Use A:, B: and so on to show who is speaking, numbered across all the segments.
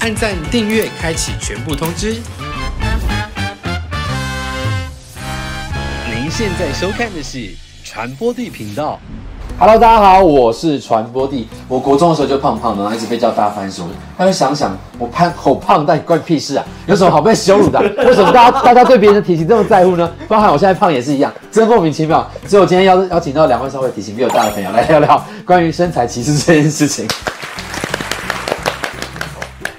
A: 按赞、订阅、开启全部通知。您现在收看的是传播地频道。
B: Hello，大家好，我是传播弟。我国中的时候就胖胖的，然后一直被叫大番薯。但是想想，我胖好胖，但关你屁事啊！有什么好被羞辱的啊、 为什么大家大家对别人的体型这么在乎呢？包含我现在胖也是一样，真莫名其妙。所以我今天邀邀请到两位稍微体型比我大的朋友来聊聊关于身材歧视这件事情。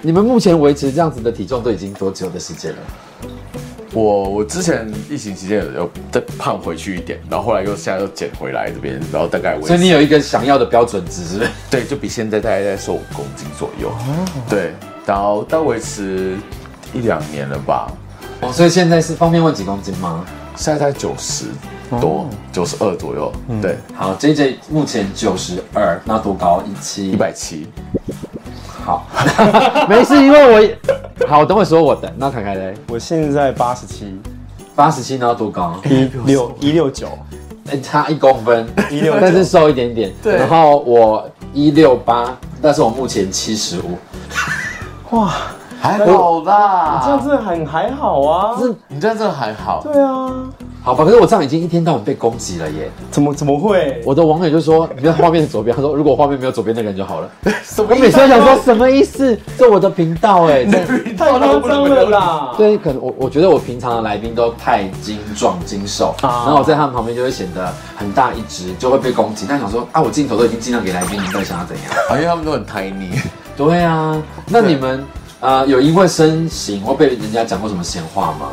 B: 你们目前维持这样子的体重都已经多久的时间了？
C: 我我之前疫情期间有有再胖回去一点，然后后来又现在又减回来这边，然后大概维
B: 所以你
C: 持
B: 有一个想要的标准值，是不是？
C: 对，就比现在大概在瘦五公斤左右，对，然后到维持一两年了吧，
B: 哦所以现在是方便问几公斤吗？
C: 现在在九十多，九十二左右，对，
B: 好，J J 目前九十二，那多高？一七
C: 一百七，
B: 好， 没事，因 为我好，等我说我的。那凯凯嘞，
D: 我现在八十七，
B: 八十七，然后多高？
D: 一六一六九，
B: 哎差一公分，
D: 169
B: 但是瘦一点点。对然后我一六八，但是我目前七十五。
D: 哇，
C: 还好啦，
D: 哎这样子很还好啊。
B: 是
C: 你这样真的还好，
D: 对啊，
B: 好吧，可是我这样已经一天到晚被攻击了耶！
D: 怎么怎么会？
B: 我的网友就说：“你的画面是左边。”他说：“如果画面没有左边那个人就 好了。
C: 什”么
B: 我每次
C: 意思？
B: 都想说什么意思？这我的频道哎、 这
D: 太夸张了啦！
B: 对，可能我我觉得我平常的来宾都太精壮精瘦，
D: 啊
B: 然后我在他们旁边就会显得很大一只，就会被攻击。但想说啊，我镜头都已经尽量给来宾，你到底想要怎样？
C: 啊因为他们都很 tiny，
B: 对啊，那你们啊、呃有因为身形或被人家讲过什么闲话吗？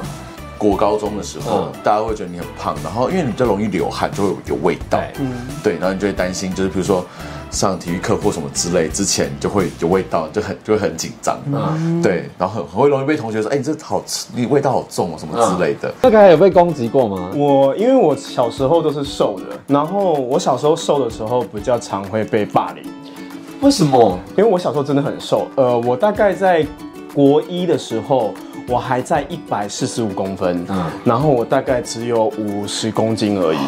C: 国高中的时候，大家会觉得你很胖，然后因为你比较容易流汗，就会有有味道，对，然后你就会担心，就是比如说上体育课或什么之类之前，就会有味道，就很就会很紧张，嗯，对，然后很很会容易被同学说，哎、你这好吃，你味道好重哦，什么之类的，
B: 那个还有被攻击过吗？
D: 我因为我小时候都是瘦的，然后我小时候瘦的时候比较常会被霸凌，
B: 为什么？
D: 因为我小时候真的很瘦。呃，我大概在国一的时候，我还在一百四十五公分，
B: 嗯
D: 然后我大概只有五十公斤而已，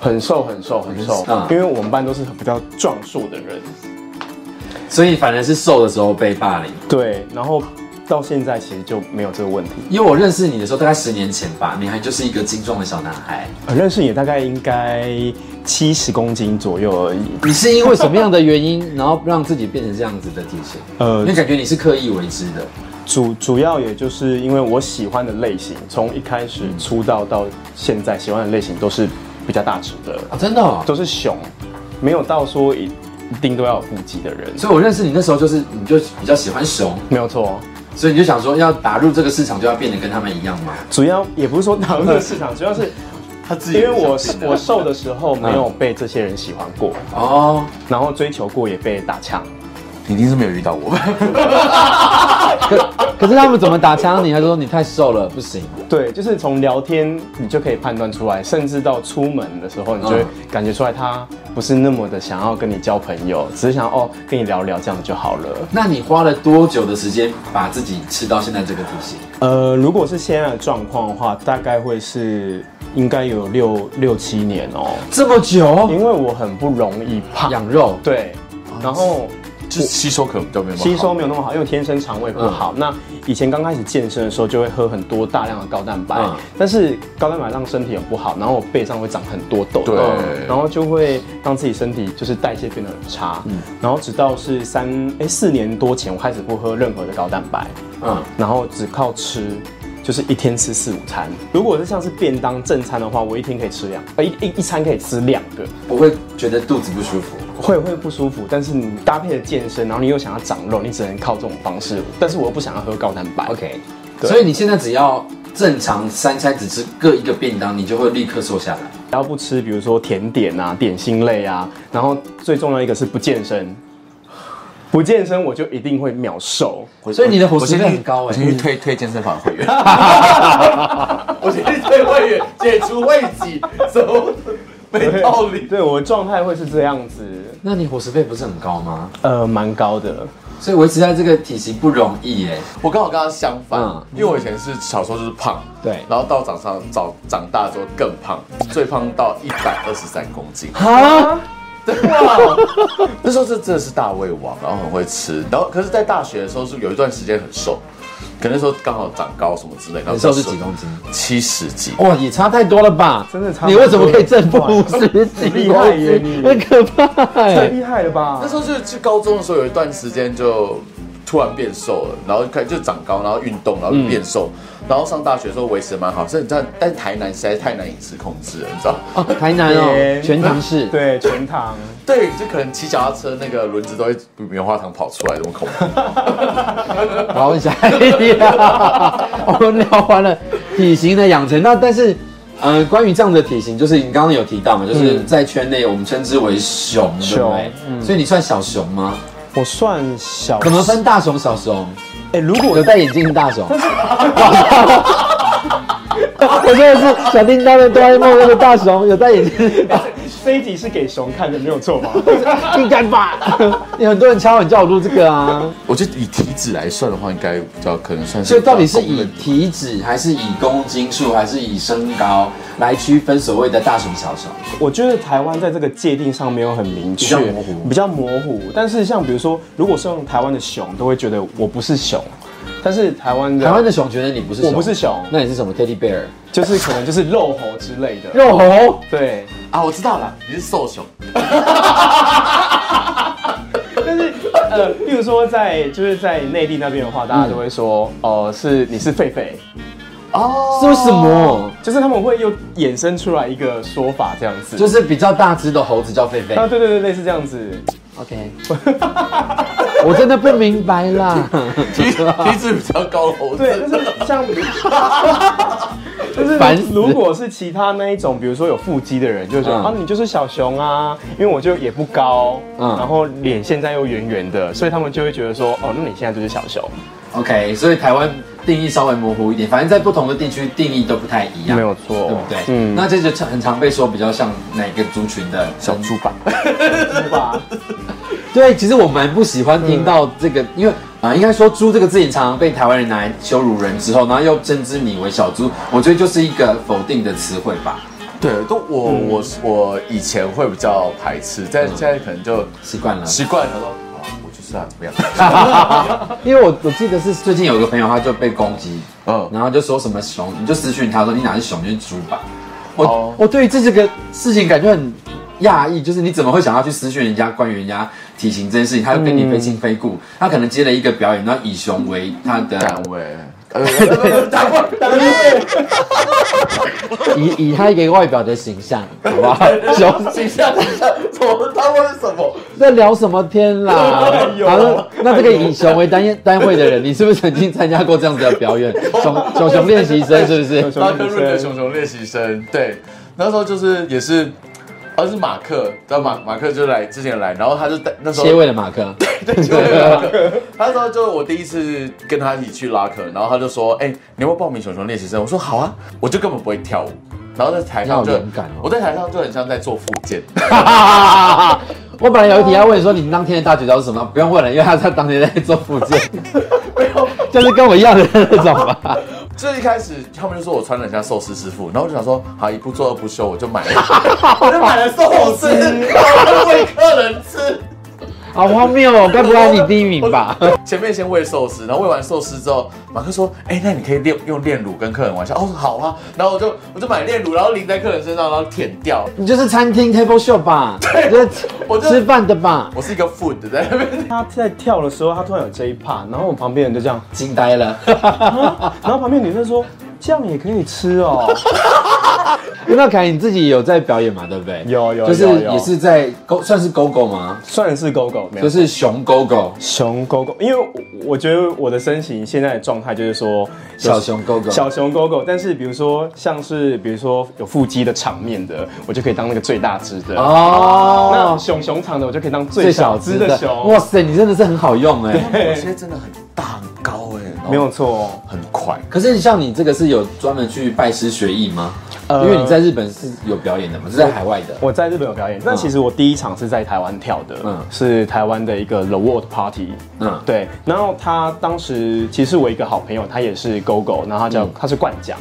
D: 很瘦很瘦很瘦
B: 嗯。
D: 因为我们班都是比较壮硕的人，
B: 所以反正是瘦的时候被霸凌。
D: 对，然后到现在其实就没有这个问题。
B: 因为我认识你的时候，大概十年前吧，你还就是一个精壮的小男孩。
D: 呃认识你大概应该七十公斤左右而已。
B: 你是因为什么样的原因，然后让自己变成这样子的体 型？
D: 呃
B: 因为感觉你是刻意为之的。
D: 主主要也就是因为我喜欢的类型，从一开始出道到现在，喜欢的类型都是比较大只的，
B: 啊，真的、哦。
D: 都是熊，没有到说一一定都要有腹肌的人。
B: 所以我认识你那时候就是，你就比较喜欢熊，
D: 没有错，
B: 所以你就想说要打入这个市场，就要变得跟他们一样嘛。
D: 主要也不是说打入这个市场，主要是
C: 他自
D: 因为我我瘦的时候没有被这些人喜欢过，
B: 哦，
D: 然后追求过也被打枪。
C: 你一定是没有遇到我，
B: 可可是他们怎么打枪你？还说你太瘦了，不行。
D: 对，就是从聊天你就可以判断出来，甚至到出门的时候，你就会感觉出来他不是那么的想要跟你交朋友，只是想哦跟你聊聊这样就好了。
B: 那你花了多久的时间把自己吃到现在这个体型？
D: 呃，如果是现在的状况的话，大概会是应该有六六七年哦，
B: 这么久
D: 因为我很不容易胖，
B: 养肉，
D: 对，然后
C: 就是吸收可能比较没有那么好嗯
D: 吸收没有那么好，因为天生肠胃不好。那以前刚开始健身的时候，就会喝很多大量的高蛋白，
B: 嗯
D: 但是高蛋白让身体很不好，然后我背上会长很多痘痘，
C: 对
D: 然后就会让自己身体就是代谢变得很差。
C: 嗯
D: 然后直到是三哎四年多前，我开始不喝任何的高蛋白，
B: 嗯，
D: 然后只靠吃。就是一天吃四五餐，如果是像是便当正餐的话，我一天可以吃两，呃一一一餐可以吃两个，
B: 不会觉得肚子不舒服。
D: 会会不舒服，但是你搭配了健身，然后你又想要长肉，你只能靠这种方式。但是我又不想要喝高蛋白。
B: OK，
D: 对
B: 所以你现在只要正常三餐只吃各一个便当，你就会立刻瘦下来。
D: 然后不吃，比如说甜点啊、点心类啊，然后最重要一个是不健身。不健身我就一定会秒瘦，
B: 所以你的伙食
C: 我先
B: 量
C: 去欸
B: 很高
C: 我
B: 哎、
C: 先去推推健身房会员， 我先去推会员，解除胃疾，什么没道理。
D: 对我的状态会是这样子，
B: 那你伙食费不是很高吗？
D: 呃，蛮高的。
B: 所以维持在这个体型不容易哎、
C: 我刚好跟他相反，
B: 嗯
C: 因为我以前是小时候就是胖，
B: 对
C: 然后到长上早长大之后更胖，最胖到一百二十三公斤，
B: 啊，
C: 那时候这真的是大胃王，然后很会吃，然后可是，在大学的时候是有一段时间很瘦，可那时候刚好长高什么之类，然后
B: 那时候是几公斤？
C: 七十几。
B: 哇，也差太多了吧？
D: 真的差
B: 你
D: 蛮多
B: 为什么可以正负五十几？
D: 厉害耶你
B: 很可怕
D: 太
B: 哎！
D: 厉害了吧
C: 那？时候就是去高中的时候，有一段时间就突然变瘦了，然后就开始就长高，然后运动，然后就变瘦，
B: 嗯
C: 然后上大学的时候维持得蛮好，所以你知道，但台南实在太难饮食控制了，你知道？
B: 哦，台南哦，全糖是。
D: 对，全糖。
C: 对，就可能骑脚踏车那个轮子都会棉花糖跑出来，那么恐 怖。
B: 我要问下一题啊！我们聊完了体型的养成，那但是，呃，关于这样的体型，就是你刚刚有提到嘛，就是在圈内我们称之为熊，对不对
D: 熊？
B: 所以你算小熊吗？
D: 我算小，
B: 怎么分大熊小熊？
D: 哎、如果
B: 有戴眼镜是大熊。 我说的是小叮当的哆啦 A 梦那个大熊，有戴眼镜是大
D: 这一集是给熊看的，没有 错吧？
B: 应该吧？有很多人敲我，你叫我录这个啊。
C: 我觉得以体脂来算的话，应该比较可能算是。
B: 所以到底是以体脂，还是以公斤数，还是以身高来区分所谓的大熊小熊？
D: 我觉得台湾在这个界定上没有很明确，
B: 比较模糊
D: 比较模糊但是像比如说，如果是用台湾的熊，都会觉得我不是熊，但是台湾的
B: 台湾的熊觉得你啊不是熊，
D: 我不是熊
B: 那你是什么？Teddy bear，
D: 就是可能就是肉猴之类的，
B: 肉猴。
D: 对。
C: 啊，我知道了，你是瘦 熊。
D: 但是呃，比如说在就是在内地那边的话，大家都会
B: 嗯
D: 说哦、呃是你是狒狒，
C: 哦，
B: 是为什么？
D: 就是他们会又衍生出来一个说法这样子，
B: 就是比较大只的猴子叫狒
D: 啊
B: 狒。
D: 对对对，类似这样子。
B: OK，我真的不明白啦。
C: 体体脂比较高的猴子。
D: 对，但是像， 就
B: 烦
D: 是
B: 死
D: 如果是其他那一种，比如说有腹肌的人，就会觉得、
B: 嗯
D: 啊，你就是小熊啊，因为我就也不高，
B: 嗯
D: 然后脸现在又圆圆的，所以他们就会觉得说，哦，那你现在就是小熊，
B: OK，所以台湾定义稍微模糊一点，反正在不同的地区定义都不太一样。
D: 没有错，
B: 对不对？
D: 嗯，
B: 那这就常很常被说比较像哪个族群的小猪吧。
D: 对吧？
B: 对，其实我蛮不喜欢听到这个，因为啊、应该说“猪”这个字眼常常被台湾人拿来羞辱人之后，然后又称之你为小猪，我觉得就是一个否定的词汇吧，
C: 对，都我、我我以前会比较排斥，但现在可能就
B: 习惯了。
C: 习惯了，说啊，
B: 嗯
C: 我就是啊，怎么样？
B: 因为我我记得是最近有一个朋友他就被攻击，
C: 嗯，
B: 然后就说什么熊，你就私讯他说你哪是熊，你是猪吧。我、
C: 哦
B: 我对于这这个事情感觉很讶异，就是你怎么会想要去私讯人家关于人家体型这件事情，他又跟你非亲非故，他可能接了一个表演，然后以熊为他的
C: 单位，呃，单位，单位，
B: 以以他一个外表的形象，好不好？熊
C: 等一下，等一下，什么单位是什么？
B: 在聊什么天啦？好了，那这个以熊为单 单位的人，你是不是曾经参加过这样子的表演？熊熊熊练习生是不是？
D: 熊
C: 然后跟润的熊熊练习生，对，那时候就是也是，而、是马克，然后马马克就来之前来，然后他就带那时候
B: 切位的马克，
C: 他说就是我第一次跟他一起去拉客，然后他就说，哎、你要不要报名熊熊练习生？我说好啊，我就根本不会跳舞。然后在台上就，
B: 你好勇敢哦
C: 我在台上就很像在做复健，
B: 我本来有一题要问说你们当天的大绝招是什么，不用问了，因为他在当天在做复 健，就是跟我一样的那种吧。
C: 最一开始他们就说我穿的很像寿司师傅，然后我就想说，好一不做二不休，我就买了，我就买了寿 司，然后喂客人吃。
B: 好荒谬哦，该不会你第一名吧？
C: 前面先喂寿司，然后喂完寿司之后，马克说：“哎、那你可以练用炼乳跟客人玩笑。”哦，好啊。然后我就我就买炼乳，然后淋在客人身上，然后舔掉。
B: 你就是餐厅 table show 吧？对
C: 我就
B: 吃饭的吧？
C: 我是一个 food 在那边，
D: 他在跳的时候，他突然有这一趴，然后我旁边人就这样，
B: 惊呆了。
D: 啊然后旁边女生说。这样也可以吃哦，
B: 那凯，你自己有在表演嘛？对不对？
D: 有有
B: 就是
D: 有有
B: 也是在勾，算是勾勾吗？
D: 算是狗狗，没有
B: 就。是熊勾勾，
D: 熊狗狗，因为我我觉得我的身形现在的状态就是说
B: 小熊狗狗
D: 小熊狗狗。但是比如说像是比如说有腹肌的场面的，我就可以当那个最大只的。那
B: 哦，
D: 熊熊场的，我就可以当最小只的熊。
B: 哇塞，你真的是很好用哎。
C: 有些真的很大很高哎、然后
D: 没有错，哦
C: 很快。
B: 可是像你这个是有专门去拜师学艺吗？
D: 呃
B: 因为你在日本是有表演的嘛，是在海外的。
D: 我在日本有表演，但其实我第一场是在台湾跳的，
B: 嗯
D: 是台湾的一个 The World Party，
B: 嗯，
D: 对。嗯然后他当时其实我一个好朋友，他也是 GoGo，然后他叫、他是冠奖。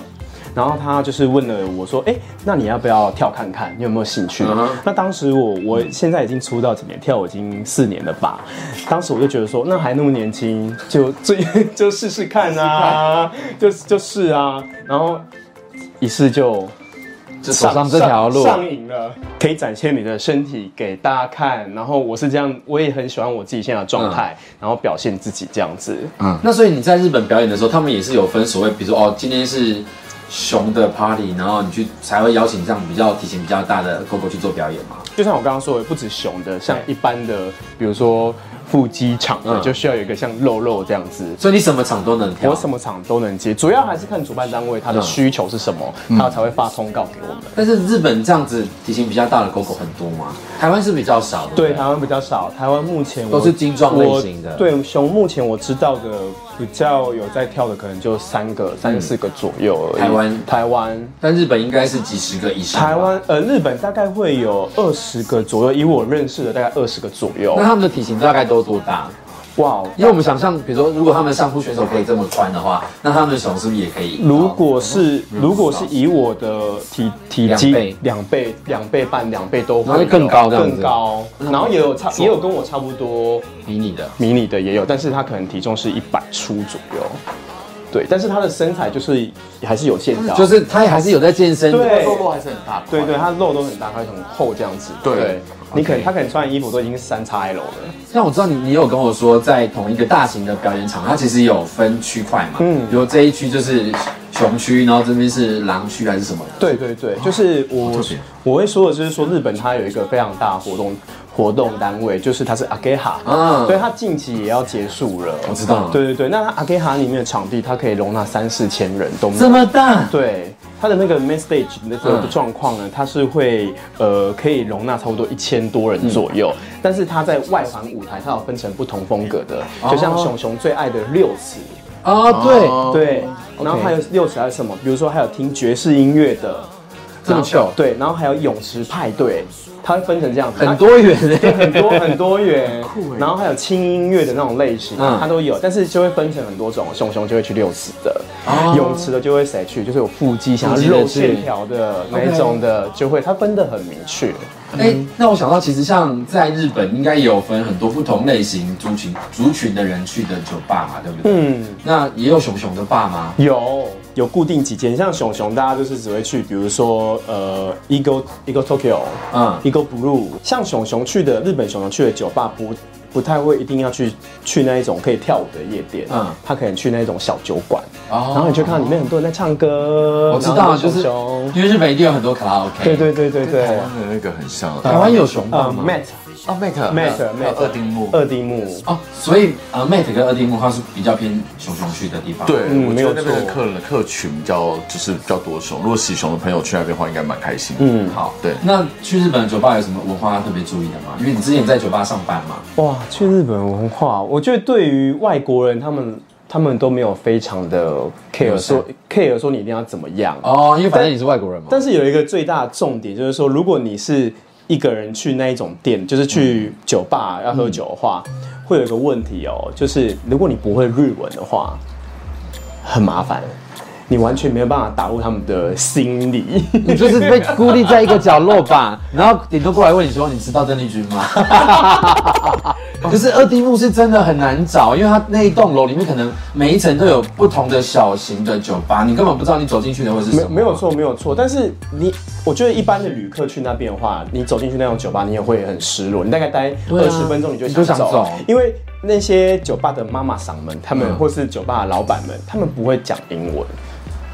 D: 然后他就是问了我说，哎、那你要不要跳看看？你有没有兴趣？那当时我我现在已经出道几年，跳舞已经四年了吧？当时我就觉得说，那还那么年轻，就最 就试试看啊，就就试啊，然后一试就
B: 就走上这条路，
D: 上瘾了，可以展现你的身体给大家看。然后我是这样，我也很喜欢我自己现在的
B: 嗯
D: 状态，然后表现自己这样子。
B: 那所以你在日本表演的时候，他们也是有分所谓，比如说哦，今天是熊的 party，然后你去才会邀请这样比较体型比较大的狗狗去做表演嘛。
D: 就像我刚刚说的，不止熊的，像一般的，比如说腹肌场的，
B: 嗯
D: 就需要有一个像肉肉这样子。
B: 所以你什么场都能跳。
D: 我什么场都能接，主要还是看主办单位
B: 嗯
D: 他的需求是什么，他才会发通告给我们。
B: 但是日本这样子体型比较大的狗狗很多吗？台湾是比较少的。
D: 对，台湾比较少，台湾目前我
B: 都是精壮类型的
D: 我对，熊目前我知道的比较有在跳的，可能就三个、三四个左右而已。
B: 嗯台湾
D: 台湾，
B: 但日本应该是几十个以上。
D: 台。湾，呃，日本大概会有二十个左右，以我认识的大概二十个左右
B: 那。他们的体型大概都多大？
D: 哇哦，
B: 因为我们想象，比如说，如果他们相扑选手可以这么宽的话，那他们的熊是不是也可以？
D: 如果
B: 哦
D: 是如果是以我的体体积
B: 两倍
D: 两倍两倍半两倍都
B: 然后
D: 会
B: 就更高这样子嗯
D: 更高，然后也有差也有跟我差不多
B: 迷你的，
D: 迷你的也有，但是他可能体重是一百出左右，对，但是他的身材就是还是有线条，
B: 就是他还是有在健身。
D: 对
C: 瘦肉还是很大块。
D: 对对，他肉都很大，他很厚这样子，
C: 对
D: 你可能他可能穿的衣服都已经是三叉 L 了。
B: 像我知道你，你有跟我说，在同一个大型的表演场，它其实有分区块嘛，嗯
D: 嗯，
B: 比如这一区就是熊区，然后这边是狼区还是什么？
D: 对对
B: 哦
D: 对，就是我、我会说的，就是说日本它有一个非常大的活动活动单位，就是它是阿给哈，
B: 嗯
D: 嗯，所以它近期也要结束了。
B: 我知道
D: 对对对，那它阿给哈里面的场地，它可以容纳三四千人都没有
B: 这么大，
D: 对它的那个 main stage 那个状况
B: 嗯
D: 呢，它是会呃可以容纳差不多一千多人左右，
B: 嗯
D: 但是它在外环舞台它有分成不同风格的，
B: 嗯
D: 就像熊熊最爱的六尺，
B: 哦，对，
C: 哦
D: 对，然后还有六尺还有什么？比如说还有听爵士音乐的，
B: 这么
D: 然后
B: 巧
D: 对，然后还有泳池派对，它会分成这样子，
B: 很多元
D: 对
B: 欸
D: 很多很多元，然后还有轻音乐的那种类型，
B: 嗯
D: 它都有，但是就会分成很多种，熊熊就会去六十的，泳池的就会谁去，就是有腹肌
B: 腹
D: 想要
B: 肌的
D: 肉
B: 去
D: 线条的那一种的，就会它分得很明确。
B: 哎、那我想到，其实像在日本，应该也有分很多不同类型族群族群的人去的酒吧嘛，对不对？
D: 嗯，
B: 那也有熊熊的爸吗？
D: 有有固定几间，像熊熊，大家就是只会去，比如说呃，Ego Ego Tokyo，
B: 嗯
D: 嗯，Ego Blue，像熊熊去的日本熊熊去的酒吧不不太会一定要去去那一种可以跳舞的夜店，
B: 嗯
D: 嗯，他可能去那一种小酒馆，
B: 哦
D: 然后你就看到里面很多人在唱歌，
B: 我知
D: 然后
B: 道，就是
D: 熊熊，
B: 因为日本一定有很多卡拉 OK，
D: 对，对对对对，
C: 台湾的那个很像
B: 台湾有熊爸
D: 呃
B: 吗、
D: ，Matt
C: 哦，Make
D: Matt
C: 还有
D: Matt
C: 二丁目，
D: 二丁目，
B: 哦，所以呃，Mate 跟二丁目它是比较偏熊熊去的地方，
C: 对，
D: 嗯
C: 我
D: 没
C: 觉
D: 有
C: 得那边的
D: 错
C: 客人的客群比较就是比较多熊，如果喜熊的朋友去那边的话，应该蛮开心的。
D: 嗯，
B: 好，
C: 对
B: 那去日本的酒吧有什么文化要特别注意的吗？因为你之前在酒吧上班嘛，
D: 哇，去日本文化，我觉得对于外国人，他们他们都没有非常的 care 说 care 说你一定要怎么样。
B: 哦，因为反正你是外国人嘛。
D: 但是有一个最大的重点就是说，如果你是一个人去那一种店，就是去酒吧要喝酒的话，会有一个问题哦，就是如果你不会日文的话，很麻烦，你完全没有办法打入他们的心理。
B: 你就是被孤立在一个角落吧， 然后顶多过来问你说：“你知道邓丽君吗？” 就是二丁目是真的很难找，因为它那一栋楼里面可能每一层都有不同的小型的酒吧，你根本不知道你走进去的会是什
D: 没
B: 么。
D: 没有错，没有错。但是你，我觉得一般的旅客去那边的话，你走进去那种酒吧，你也会很失落。你大概待
B: 对啊
D: 二十分钟，你就
B: 你就
D: 想
B: 想
D: 走，
B: 走
D: 因为那些酒吧的妈妈嗓们，他们、
B: 嗯
D: 或是酒吧的老板们，他们不会讲英文，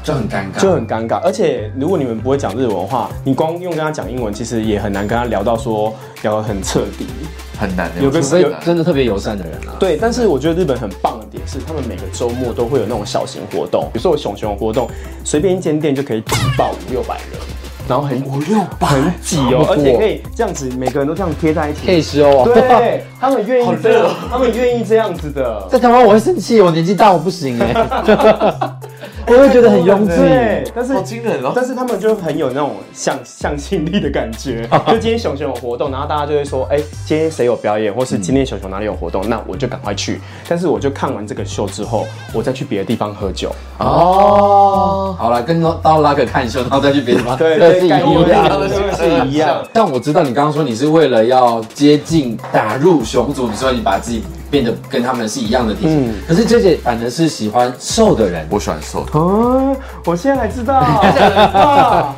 B: 就很尴尬。
D: 就很尴尬。而且如果你们不会讲日文的话，你光用跟他讲英文，其实也很难跟他聊到说聊得很彻底。
C: 很难的。
D: 有个
B: 除非真的特别友善的人啊。
D: 对，但是我觉得日本很棒的点是，他们每个周末都会有那种小型活动，比如说我熊熊活动，随便一间店就可以挤爆五六百人，然后很五六百很挤哦，而且可以这样子，每个人都这样贴在一
B: 可以哦
D: 起。
B: 修哦。
D: 对， 他们愿意这样， 他们愿意这样子的。
B: 在台湾我会生气，我年纪大我不行哎、欸我会觉得很拥挤。
D: 对，但是
C: 好惊人哦
D: 但是他们就很有那种向向心力的感 觉。就今天熊熊有活动，然后大家就会说，哎、今天谁有表演，或是今天熊熊哪里有活动，那我就赶快去。但是我就看完这个秀之后，我再去别的地方喝酒。
B: 哦，好了，跟到拉个看秀，然后再去别的 地方，这是一
D: 概念
B: 样的。
D: 的是一样。
B: 但我知道你刚刚说你是为了要接近打入熊族，你说你把自己变得跟他们是一样的体型，可是姐姐反而是喜欢瘦的人，
C: 我喜欢瘦的，
D: 哦，我现在才 知道，哇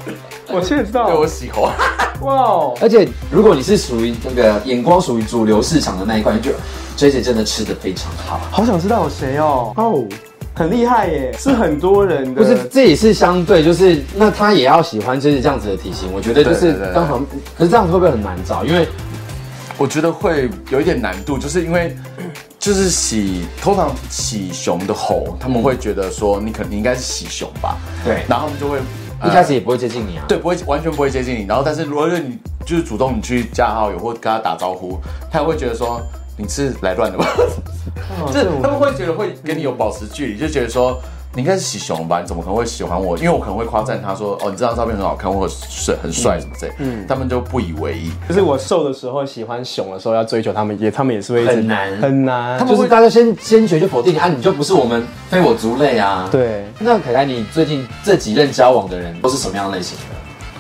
D: 我现在知道
C: 对，我喜 欢。
D: 哇哦，
B: 而且如果你是属于那个眼光属于主流市场的那一块，你就姐姐真的吃的非常好。
D: 好想知道有谁哦，哦，很厉害耶，是很多人的，
B: 不是，这也是相对，就是那他也要喜欢就是这样子的体型，我觉得就是
C: 对对对对
B: 刚好，可是这样子会不会很难找？因为
C: 我觉得会有一点难度，就是因为 就是洗，通常洗熊的吼，他们会觉得说你可能你应该是洗熊吧，
B: 对
C: 然后他们就会、呃
B: 一开始也不会接近你啊。
C: 对不会完全不会接近你，然后但是如果是你就是主动你去加好友或跟他打招呼，他也会觉得说你是来乱的吧，
D: 哦
C: 就是
D: 我
C: 他们会觉得会跟你有保持距离，就觉得说。你应该是喜熊吧？你怎么可能会喜欢我？因为我可能会夸赞他说：“哦，你这张照片很好看，或者是很帅什么之类。”嗯，他们就不以为意。
D: 就是我瘦的时候喜欢熊的时候要追求他们，也他们也是会一直
B: 很难
D: 很难，
B: 他们会大家先先学就否定你啊，你就不是我们非我族类啊。。
D: 对
B: 那凯凯，你最近这几任交往的人都是什么样类型的？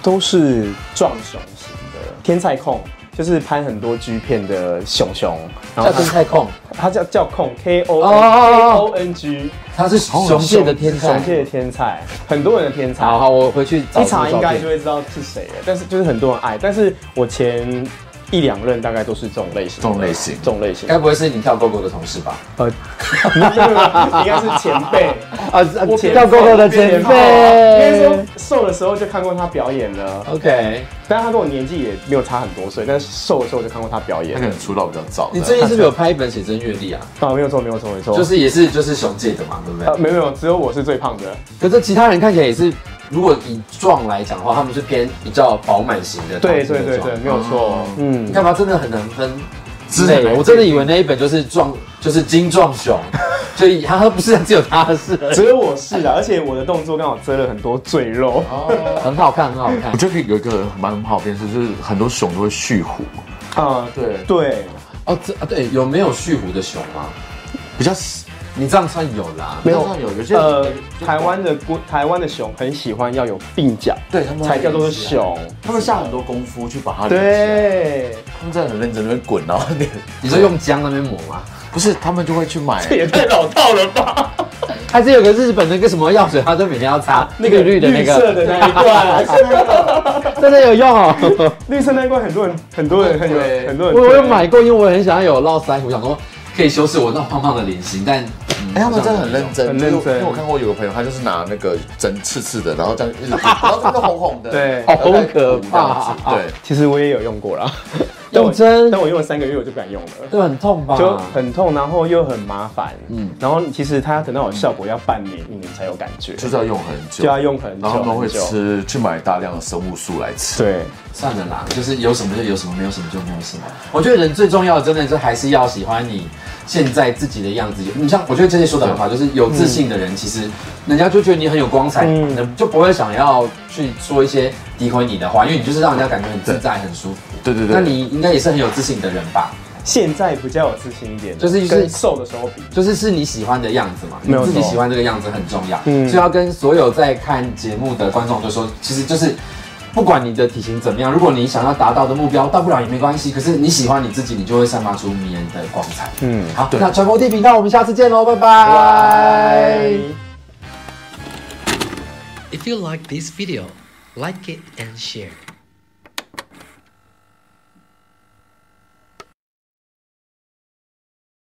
D: 都是壮熊型的天菜控。就是拍很多 G 片的熊熊，然后
B: 叫天
D: 他
B: 菜控，
D: 他叫叫控 K O
B: 哦哦
D: N
B: 哦
D: K O N G，
B: 他是熊界的天
D: 熊
B: 菜。
D: 界的天菜，很多人的天菜。
B: 好好，我回去找
D: 一
B: 这
D: 查
B: 个
D: 应
B: 照
D: 该就
B: 片。
D: 会知道是谁了。但是就是很多人爱，但是我前一两任大概都是这种类型
C: 这
D: 的，
C: 种类型
D: 这种类型。
B: 该不会是你跳狗狗的同事吧？
D: 呃， 应该是前辈，
B: 啊，
D: 我前
B: 跳狗狗的前
D: 应该说
B: 辈。
D: 瘦的时候就看过他表演了，
B: OK，
D: 但他跟我年纪也没有差很多岁，但是瘦的时候我就看过他表
C: 他
D: 演
C: 可。能出道比较早。
B: 你最近是不是有拍一本写真阅历啊？
D: 啊，没有错，没有错，没有错。
B: 就是也是就是熊界的嘛，对不
D: 呃，
B: 对？
D: 没有没有，只有我是最胖的。
B: 可是其他人看起来也是，如果以壮来讲的话，他们是偏比较饱满型的。
D: 对
B: 这
D: 对
B: 种
D: 对对，没有错。嗯
B: 你，干嘛真的很难分之
C: 真的很
B: 类？
C: 难
B: 我真的以为那一本就是壮，就是精壮 熊，所以他不是只有他是，
D: 只有我是啊，而且我的动作刚好遮了很多赘肉。
C: 哦
B: 很好看，很好看
C: 我。觉得可以有一个蛮好的辨识，就是很多熊都会蓄胡，
D: 啊，
C: 对
D: 对，
B: 哦，这啊对，有没有蓄胡的熊吗？
C: 比较
B: 你这样算有啊啦。
D: 没有
C: 比较有有些
D: 呃，台湾的国台湾的熊很喜欢要有鬓角，
C: 对他们
D: 才叫做熊。
C: 他们下很多功夫去把它连起来，
D: 对，
C: 他们真的很认真地在滚啊，那个
B: 你说用姜那边抹吗？
C: 不是他们就会去买，
D: 也太老套了吧？
B: 还是有个日本那个什么药水，他都每天要擦那个绿的那
D: 绿色
B: 个，
D: 的那 一罐， 啊
B: 真的有用哦。
D: 绿色那一罐很多人很多人很有
C: 对
D: 很多人，
B: 我我有，买过，因为我很想要有络腮胡，想说可以修饰我那胖胖的脸型，但嗯
C: 哎，他们真的很认真，
D: 很认真
C: 就是因为我看过有个朋友，他就是拿那个针刺刺的，然后这样 一直，然后这个红红的，
D: 对
C: 然后再
B: 好可怕
C: 涂这样子
D: 其实我也有用 过啦，但我
B: 用针
D: 但我用了三个月我就不敢用了。
B: 就很痛吧？
D: 就很痛，然后又很麻烦，嗯
B: 嗯，
D: 然后其实它等到有效果要半年一年才有感觉，
C: 对，就是要用很久，
D: 就要用很久，
C: 然后他们会
D: 很久，
C: 吃，去买大量的生物素来吃，
D: 对，
B: 算了啦，就是有什么就有什么，没有什么就没有什么。我觉得人最重要的，真的就还是要喜欢你现在自己的样子。你像我觉得这些说的很好，就是有自信的人，其实人家就觉得你很有光彩，
D: 嗯
B: 可能就不会想要去说一些诋毁你的话，因为你就是让人家感觉很自在、很舒服。
C: 对对对，
B: 那你应该也是很有自信的人吧？
D: 现在比较有自信一点，
B: 就是
D: 跟瘦的时候比，
B: 就是是你喜欢的样子嘛，你
D: 没有
B: 自己
D: 错
B: 喜欢这个样子很重要，
D: 嗯
B: 所以要跟所有在看节目的观众就说，其实就是不管你的体型怎么样，如果你想要达到的目标到不了也没关系，可是你喜欢你自己，你就会散发出迷人的光彩。
D: 嗯。
B: 好，那传播地频道，我们下次见喽，拜拜
A: If you like this video, like it and share.